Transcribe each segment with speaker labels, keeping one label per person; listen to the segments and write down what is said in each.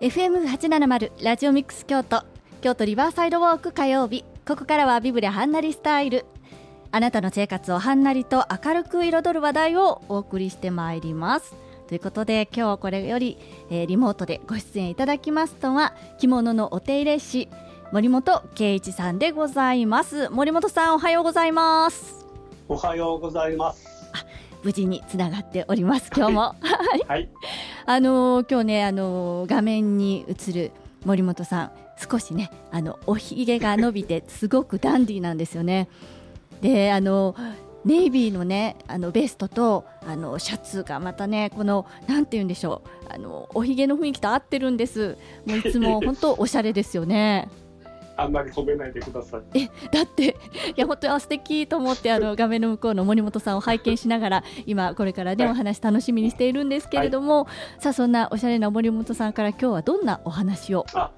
Speaker 1: FM870 ラジオミックス京都京都リバーサイドウォーク火曜日ここからはビブレハンナリスタイルあなたの生活をはんなりと明るく彩る話題をお送りしてまいりますということで今日はこれより、えーリモートでご出演いただきますのは着物のお手入れ師森本圭一さんでございます森本さんおはようございます
Speaker 2: おはようございます。
Speaker 1: 無事につながっております今日も
Speaker 2: はい、
Speaker 1: あのー今日ね、あのー画面に映る森本さん、少しね、あのおひげが伸びて、すごくダンディーなんですよね。で、あのーネイビーのね、あのベストと、あのシャツがまたね、この、なんて言うんでしょう。あのおひげの雰囲気と合ってるんです。もういつも本当おしゃれですよね。
Speaker 2: あんまり止めないでください。
Speaker 1: だって、 いや、本当にあ素敵と思って、あの画面の向こうの森本さんを拝見しながら。今、これからね、
Speaker 2: はい
Speaker 1: お話楽しみにしているんですけれども。さあ、そんなおしゃれな森本さんから、今日はどんなお話を。
Speaker 2: あ、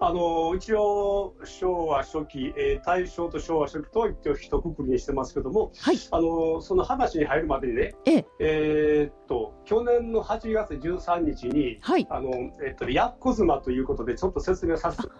Speaker 2: あの一応昭和初期、えー大正と昭和初期と一応一括りにしてますけども、
Speaker 1: はい、
Speaker 2: あのその話に入るまでにね、
Speaker 1: ええ、
Speaker 2: えーっと去年の8月13日に。
Speaker 1: はい、
Speaker 2: あのえっと、やっこ妻ということでちょっと説明させても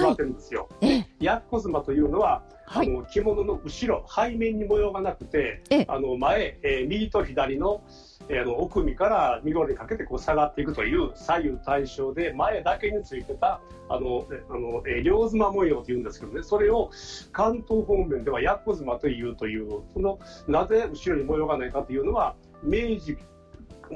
Speaker 2: ら
Speaker 1: は
Speaker 2: ってるんですよ。
Speaker 1: い、ええ、
Speaker 2: やっこ妻というのは、
Speaker 1: はい
Speaker 2: あ、の着物の後ろ背面に模様がなくて
Speaker 1: ええ
Speaker 2: あの前、えー右と左の,、えーあの奥身から見頃にかけてこう下がっていくという左右対称で前だけについてたあのえあの、えー両妻模様というんですけどねそれを関東方面ではやっこ妻というというそのなぜ後ろに模様がないかというのは明治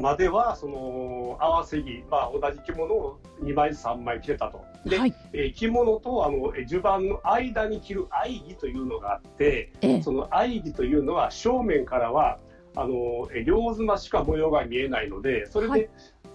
Speaker 2: まではその合わせ着、まあ、同じ着物を2枚3枚着てたと。で
Speaker 1: はい、
Speaker 2: えー着物とあのえー襦袢の間に着る藍着というのがあって
Speaker 1: ええ、
Speaker 2: その藍着というのは正面からはあのえー両妻しか模様が見えないのでそれ
Speaker 1: は
Speaker 2: で
Speaker 1: い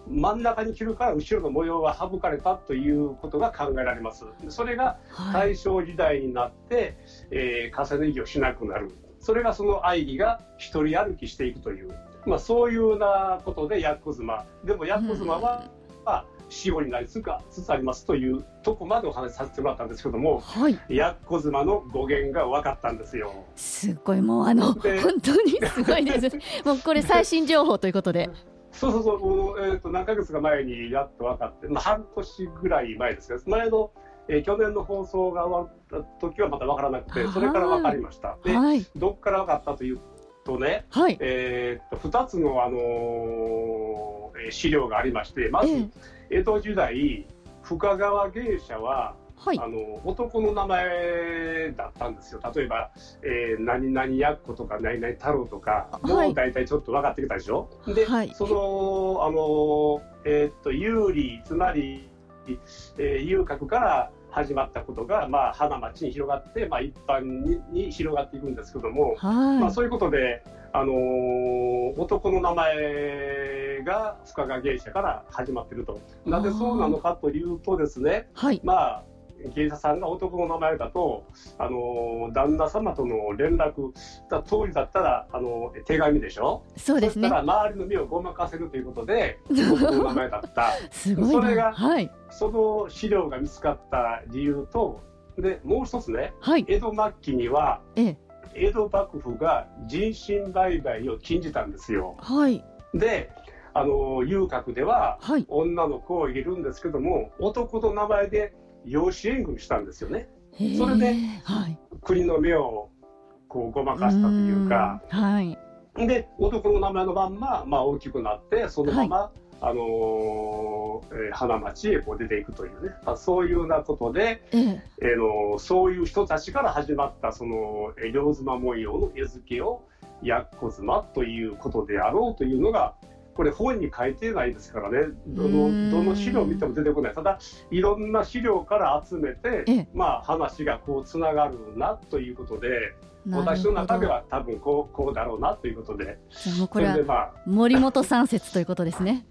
Speaker 2: 真ん中に着るから後ろの模様が省かれたということが考えられますそれが
Speaker 1: はい、
Speaker 2: 大正時代になって、えー重ね着をしなくなるそれがその藍着が一人歩きしていくという、まあ、そういうようなことでやっこ妻でもやっこ妻は、まあ、死後になりつつかつつありますというとこまでお話しさせてもらったんですけども
Speaker 1: はい、
Speaker 2: やっこ妻の語源が分かったんですよ。
Speaker 1: すごい、もう、あの、
Speaker 2: で
Speaker 1: 本当にすごい です。もう、これ最新情報ということで、
Speaker 2: そうそうそう、もうえー、と何ヶ月か前にやっと分かって、まあ、半年ぐらい前ですね、前の、えー去年の放送が終わった時はまだ分からなくて、それから分かりました。で
Speaker 1: はい、
Speaker 2: どっから分かったというとね、
Speaker 1: はい、
Speaker 2: えーっと2つの、あのーえー資料がありましてま
Speaker 1: え
Speaker 2: ず江戸時代深川芸者は、
Speaker 1: はい
Speaker 2: あ、の男の名前だったんですよ例えば、えー何々やっことか何々太郎とか
Speaker 1: あはい
Speaker 2: もう大体ちょっと分かってきたでしょ、で、
Speaker 1: はい
Speaker 2: そのあのえーっと有利つまり、えー遊郭から始まったことが、まあ、花町に広がって、まあ、一般にに広がっていくんですけども、まあ、
Speaker 1: は
Speaker 2: そういうことで、あのー男の名前が深川芸者から始まっていると。なぜそうなのかというとですね、
Speaker 1: い、はい、
Speaker 2: まあ、芸者さんが男の名前だと、あのー旦那様との連絡だ当時だったら、あのー手紙でしょ
Speaker 1: そうです
Speaker 2: そし
Speaker 1: ね
Speaker 2: たら。周りの目をごまかせるということ で男の名前だった
Speaker 1: すご
Speaker 2: そ
Speaker 1: いな。
Speaker 2: れが
Speaker 1: はい、
Speaker 2: その資料が見つかった理由とでもう一つね
Speaker 1: はい、
Speaker 2: 江戸末期には
Speaker 1: ええ、
Speaker 2: 江戸幕府が人身売買を禁じたんですよ。
Speaker 1: はい、
Speaker 2: で、あの遊郭では
Speaker 1: はい、
Speaker 2: 女の子を入れるんですけども、男の名前で養子縁組したんですよね。
Speaker 1: へえ
Speaker 2: それで
Speaker 1: はい、
Speaker 2: 国の目をこうごまかしたというか、
Speaker 1: うーんはい、
Speaker 2: で男の名前のまんま、まあ、大きくなってそのまま、あのーえー花町へこう出ていくというね、まあ、そういうようなことで、
Speaker 1: ええ、
Speaker 2: えーのそういう人たちから始まったそのえー両妻模様の絵付けをやっこ妻ということであろうというのがこれ本に書いてないですからねど
Speaker 1: うーん
Speaker 2: のどの資料を見ても出てこないただいろんな資料から集め
Speaker 1: え
Speaker 2: て
Speaker 1: え、
Speaker 2: まあ、話がこうつながるなということで
Speaker 1: なるほど
Speaker 2: 私の中で。は多分こうこうだろうなということで
Speaker 1: じゃあもうこ
Speaker 2: そ
Speaker 1: れ
Speaker 2: れ
Speaker 1: は
Speaker 2: でま
Speaker 1: 森本三節ということですね。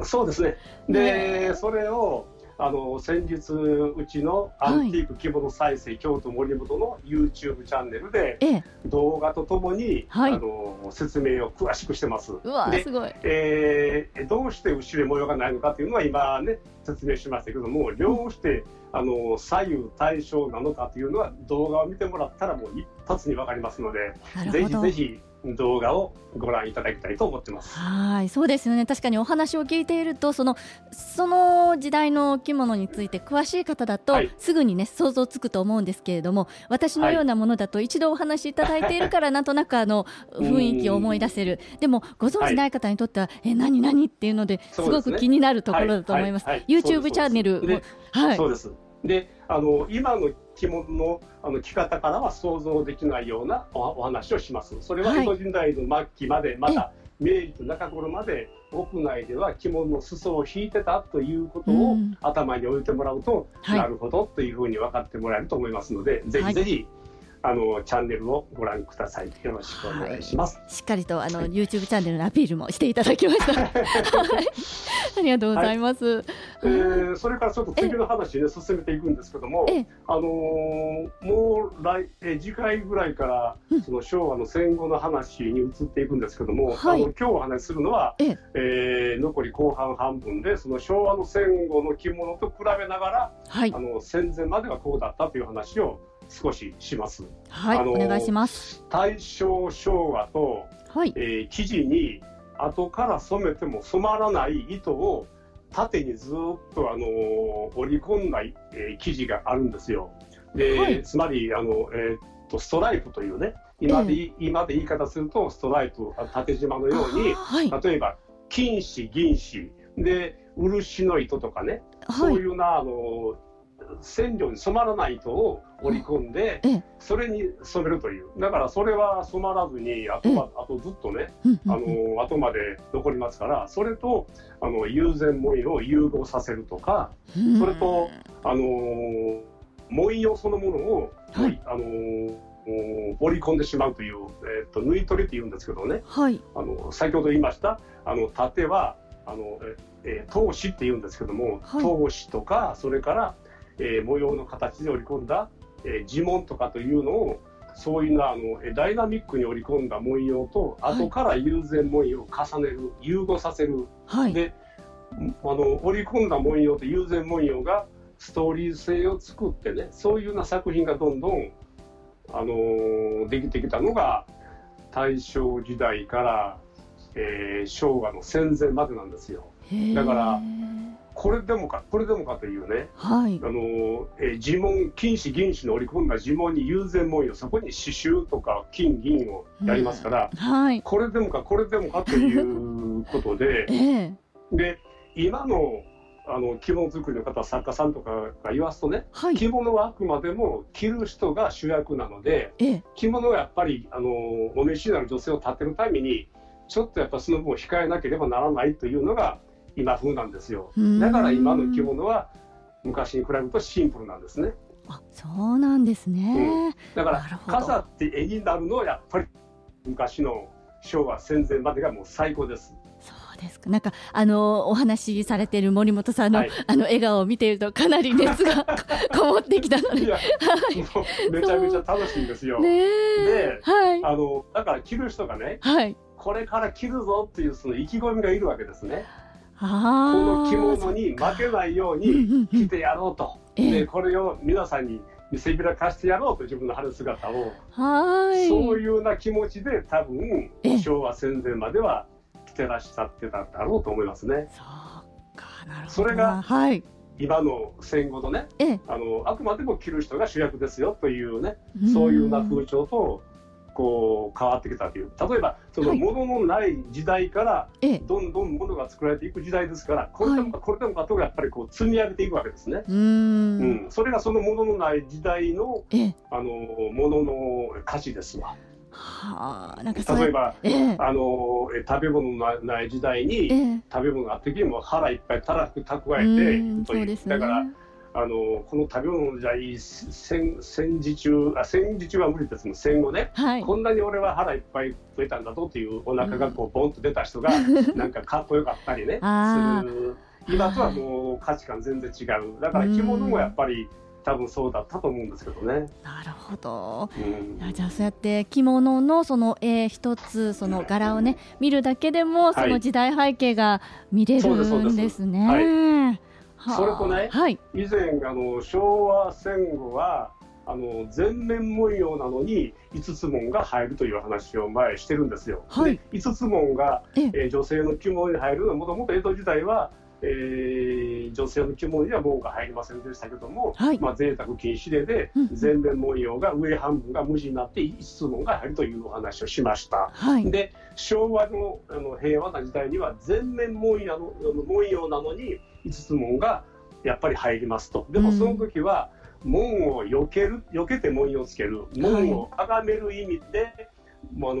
Speaker 2: あそうですね
Speaker 1: ね
Speaker 2: でそれをあの先日うちのアンティーク着物再生京都森本の YouTube チャンネルで
Speaker 1: ええ、
Speaker 2: 動画とともに、
Speaker 1: はい
Speaker 2: あの説明を詳しくしてます。
Speaker 1: うわー、
Speaker 2: です
Speaker 1: ごい。
Speaker 2: えーどうして後ろに模様がないのかというのは今ね説明しましたけどもどうしてあの左右対称なのかというのは動画を見てもらったらもう一発に分かりますので
Speaker 1: なる
Speaker 2: ぜ
Speaker 1: ほ
Speaker 2: ひ
Speaker 1: ど。
Speaker 2: ぜひ動画をご覧いただきたいと思ってます。
Speaker 1: はい、そうですよね。確かにお話を聞いていると、そのその時代の着物について詳しい方だと、
Speaker 2: はい
Speaker 1: すぐにね想像つくと思うんですけれども、私のようなものだと一度お話しいただいているからなんとなくあの
Speaker 2: うん
Speaker 1: 雰囲気を思い出せる。でもご存知ない方にとっては、え何何っていうので
Speaker 2: そ
Speaker 1: す
Speaker 2: うです
Speaker 1: ご
Speaker 2: ね
Speaker 1: く気になるところだと思います。
Speaker 2: はいはいはいそうで
Speaker 1: YouTube
Speaker 2: す
Speaker 1: チャンネルも
Speaker 2: で
Speaker 1: はい
Speaker 2: そうですであの今の着物のあの着方からは想像できないようなおお話をします。それは
Speaker 1: はい
Speaker 2: 江戸時代の末期まで、また明治の中頃まで屋内では着物の裾を引いてたということ
Speaker 1: う
Speaker 2: を
Speaker 1: ん
Speaker 2: 頭に置いてもらうと、
Speaker 1: はい
Speaker 2: なるほどというふうに分かってもらえると思いますので、ぜひぜひ、あのチャンネルをご覧ください。よろしくお願いします。
Speaker 1: しっかりとあの、
Speaker 2: はい
Speaker 1: YouTube チャンネルのアピールもしていただきま した。はいありがとうございます。
Speaker 2: えーそれからちょっと次の話で進めていくんですけども
Speaker 1: ええ、
Speaker 2: あのーもう来、えー次回ぐらいから
Speaker 1: うん
Speaker 2: その昭和の戦後の話に移っていくんですけども、
Speaker 1: はい
Speaker 2: あの今日お話しするのは、
Speaker 1: え
Speaker 2: え
Speaker 1: え
Speaker 2: ー残り後半半分でその昭和の戦後の着物と比べながら、
Speaker 1: はい
Speaker 2: あの戦前まではこうだったという話を少しします。
Speaker 1: はい、
Speaker 2: あのー
Speaker 1: お願いします。
Speaker 2: 大正昭和と、
Speaker 1: はい。
Speaker 2: えー生地に後から染めても染まらない糸を縦にずーっと、あのー織り込んだ、えー生地があるんですよ。で、
Speaker 1: はい
Speaker 2: つまりあの、えーっとストライプというね今で,、今で言い方するとストライプあ縦縞のように
Speaker 1: あーはい。
Speaker 2: 例えば金糸銀糸で漆の糸とかね、
Speaker 1: は
Speaker 2: そう
Speaker 1: い
Speaker 2: い。うなあの染料に染まらない糸を織り込んで、
Speaker 1: ええ
Speaker 2: それに染めるというだからそれは染まらずにあとは、あとずっとね
Speaker 1: うんうん
Speaker 2: あ
Speaker 1: うん
Speaker 2: の後まで残りますからそれとあの友禅模様を融合させるとかそれとあの文様そのものを、
Speaker 1: はい
Speaker 2: あの織り込んでしまうという、えっと縫い取りって言うんですけどね
Speaker 1: はい。
Speaker 2: あの先ほど言いましたあの盾はあの、ええー、闘志って言うんですけども、
Speaker 1: はい
Speaker 2: 闘志とかそれから、えー模様の形で織り込んだ、えー地紋とかというのをそういうなあのえーダイナミックに織り込んだ文様と
Speaker 1: はい
Speaker 2: 後から友禅文様を重ねる融合させる
Speaker 1: はい。
Speaker 2: でんあの織り込んだ文様と友禅文様がストーリー性を作ってねそういうような作品がどんどん、あのーできてきたのが大正時代から、えー昭和の戦前までなんですよ。だから
Speaker 1: へー。
Speaker 2: これでもかこれでもかというね、
Speaker 1: はい
Speaker 2: あ。のーえー地紋金糸銀糸の織り込んだ地紋に友禅文様そこに刺繍とか金銀をやりますから、
Speaker 1: はい。
Speaker 2: これでもかこれでもかということで。
Speaker 1: ええ。
Speaker 2: で今のあの着物作りの方作家さんとかが言わすとね
Speaker 1: はい。
Speaker 2: 着物はあくまでも着る人が主役なので
Speaker 1: ええ。
Speaker 2: 着物はやっぱりあのお召しになる女性を立てるためにちょっとやっぱその分を控えなければならないというのが今風なんですよ
Speaker 1: うーん
Speaker 2: だから今の着物は昔に比べるとシンプルなんですね
Speaker 1: あ、そうなんですね。
Speaker 2: だから
Speaker 1: なるほど
Speaker 2: 飾って絵になるのはやっぱり昔の昭和戦前までがもう最高です
Speaker 1: そうですか。なんかあのお話しされている森本さんの
Speaker 2: はい
Speaker 1: あの笑顔を見ているとかなり熱が こもってきたので。
Speaker 2: い
Speaker 1: ね
Speaker 2: やもうめちゃめちゃ楽しいんですよ
Speaker 1: え
Speaker 2: で。
Speaker 1: はい。
Speaker 2: あのだから着る人がね
Speaker 1: はい。
Speaker 2: これから着るぞっていうその意気込みがいるわけですねこ
Speaker 1: あ
Speaker 2: の
Speaker 1: あ。
Speaker 2: 着物に負けないように
Speaker 1: うんうんう
Speaker 2: 着
Speaker 1: ん
Speaker 2: てやろうと、
Speaker 1: え
Speaker 2: で
Speaker 1: え。
Speaker 2: これを皆さんに見せびらかしてやろうと自分の春姿を、
Speaker 1: はーい。
Speaker 2: そういうような気持ちで多分
Speaker 1: ええ
Speaker 2: 昭和戦前までは着てらっしゃってたんだろうと思いますね
Speaker 1: そうかなるほどな。
Speaker 2: それが
Speaker 1: はい。
Speaker 2: 今の戦後のね
Speaker 1: ええ。
Speaker 2: あのあくまでも着る人が主役ですよというねそういうような風潮とこう変わってきたという例えばその
Speaker 1: はい
Speaker 2: 物のない時代から
Speaker 1: ええ
Speaker 2: どんどん物が作られていく時代ですからこれでもかこれでもかとやっぱりこう積み上げていくわけですね。
Speaker 1: うーん
Speaker 2: うん、それがその物のない時代の
Speaker 1: ええ。
Speaker 2: あの物の価値ですわ。
Speaker 1: はあ、なんかそれ
Speaker 2: 例えば
Speaker 1: ええ
Speaker 2: あのえ食べ物のない時代
Speaker 1: え
Speaker 2: に
Speaker 1: え
Speaker 2: 食べ物があってきても腹いっぱいたらふく蓄
Speaker 1: う
Speaker 2: えてい
Speaker 1: ーん
Speaker 2: くとい
Speaker 1: そう
Speaker 2: う
Speaker 1: ですね。
Speaker 2: だからあのこの食べ物の時代戦戦時中あ戦時中は無理ですもん戦後ね。
Speaker 1: はい。
Speaker 2: こんなに俺は腹いっぱい増えたんだぞっていうお腹がこうボンと出た人 がなんかかっこよかったりね
Speaker 1: あ
Speaker 2: する今とはもう価値観全然違うだから着物もやっぱり多分そうだったと思うんですけどね。
Speaker 1: なるほど。
Speaker 2: うん
Speaker 1: あじゃあそうやって着物のその、えー、一つその柄をね見るだけでもその時代背景が見れる
Speaker 2: そうですそうんです
Speaker 1: ですね。
Speaker 2: はい
Speaker 1: はあ
Speaker 2: それとね
Speaker 1: はい。
Speaker 2: 以前あの昭和戦後はあの全面模様なのに五つ紋が入るという話を前してるんですよ。
Speaker 1: はい
Speaker 2: で五つ紋が、
Speaker 1: ええ
Speaker 2: えー女性の着物に入るのはもともと江戸時代は、えー女性の着物には紋が入りませんでしたけども、
Speaker 1: はい
Speaker 2: まあ贅沢禁止令で
Speaker 1: うん
Speaker 2: 全面模様が上半分が無地になって五つ紋が入るというお話をしました。
Speaker 1: はい
Speaker 2: で昭和のあの平和な時代には全面文様のあの文様なのに五つ門がやっぱり入りますとで
Speaker 1: う
Speaker 2: も
Speaker 1: ん
Speaker 2: その時は門を避ける避けて文様をつける門を崇める意味で、もうあ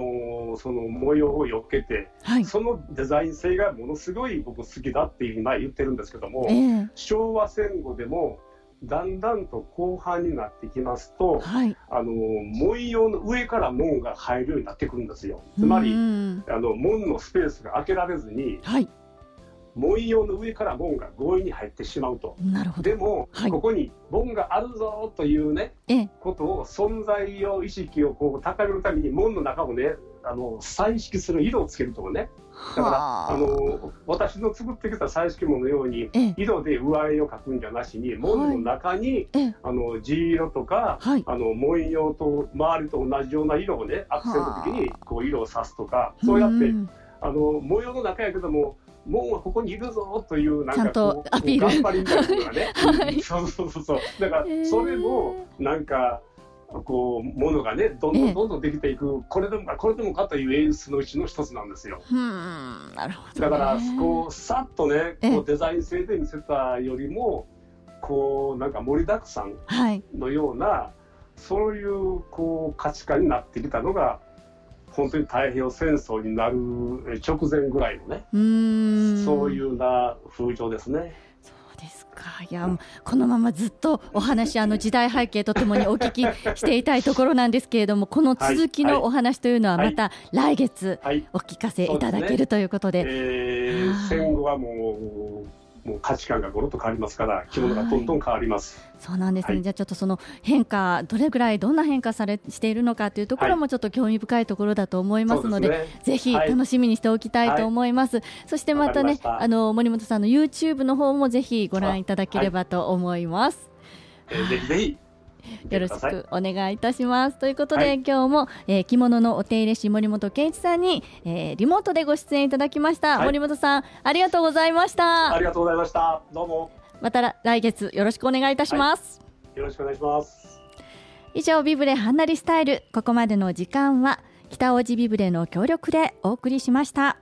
Speaker 2: のその模様を避けて
Speaker 1: はい
Speaker 2: そのデザイン性がものすごい僕好きだっていう前言ってるんですけども
Speaker 1: ええ
Speaker 2: 昭和戦後でもだんだんと後半になってきますと
Speaker 1: はい
Speaker 2: あの文様の上から門が入るようになってくるんですよ。つまり、
Speaker 1: うん
Speaker 2: あの門のスペースが開けられずに
Speaker 1: はい
Speaker 2: 門用の上から門が強引に入ってしまうと
Speaker 1: なるほど
Speaker 2: でも、
Speaker 1: はい
Speaker 2: ここに門があるぞというね
Speaker 1: ええ
Speaker 2: ことを存在を意識をこう高めるために門の中をねあの再識する色をつけるとかねだから
Speaker 1: は
Speaker 2: あの私の作ってきた彩色門のように
Speaker 1: ええ
Speaker 2: 色で上絵を描くんじゃなしに門の中に、
Speaker 1: ええ
Speaker 2: あの地色とか
Speaker 1: はい
Speaker 2: あの文様と周りと同じような色をねアクセント的にこう色を指すとかそうやって
Speaker 1: ん
Speaker 2: あの模様の中やけども、門はここにいるぞというなんか
Speaker 1: ちゃんと
Speaker 2: こう
Speaker 1: アピール
Speaker 2: 頑張りみたいなのがね、
Speaker 1: はい
Speaker 2: うんそうそうそうそう。だから
Speaker 1: へー
Speaker 2: それもなんか。こうものがねどんど
Speaker 1: ええ
Speaker 2: んどんどんできていく、これでもかこれでもかという演出のうちの一つなんですよ
Speaker 1: うんなるほどね
Speaker 2: だからこうさっとね
Speaker 1: ええ
Speaker 2: こうデザイン性で見せたよりもこうなんか盛りだくさん
Speaker 1: はい
Speaker 2: のようなそういうこう価値観になってきたのが本当に太平洋戦争になる直前ぐらいのね
Speaker 1: うん
Speaker 2: そういうな風潮ですね。
Speaker 1: そうですかいやもうこのままずっとお話あの時代背景とともにお聞きしていたいところなんですけれどもこの続き
Speaker 2: はい
Speaker 1: の
Speaker 2: はい
Speaker 1: お話というのはまた来月
Speaker 2: はい。
Speaker 1: お聞かせいただけるということ
Speaker 2: え
Speaker 1: で
Speaker 2: ー
Speaker 1: はい
Speaker 2: 戦後はもうもう価値観がゴロッと変わりますから着物がどんどん変わります。
Speaker 1: そうなんですね、
Speaker 2: はい
Speaker 1: じゃあちょっとその変化どれぐらいどんな変化されしているのかというところもちょっと興味深いところだと思いますので。
Speaker 2: そうすね
Speaker 1: ぜひ
Speaker 2: はい
Speaker 1: 楽しみにしておきたいと思います、そしてまたね
Speaker 2: わかりました
Speaker 1: あの森本さんの YouTube の方もぜひご覧いただければと思います、
Speaker 2: えーぜひぜひ
Speaker 1: よろし
Speaker 2: 見てください
Speaker 1: くお願いいたしますということで、
Speaker 2: はい
Speaker 1: 今日も、えー着物のお手入れ師森本健一さんに、えーリモートでご出演いただきました、
Speaker 2: はい
Speaker 1: 森本さんありがとうございまし
Speaker 2: あ
Speaker 1: た
Speaker 2: りがとうございました。どうも
Speaker 1: また来月よろしくお願いいたします、
Speaker 2: よろしくお願いします。
Speaker 1: 以上ビブレハンナリスタイルここまでの時間は北大路ビブレの協力でお送りしました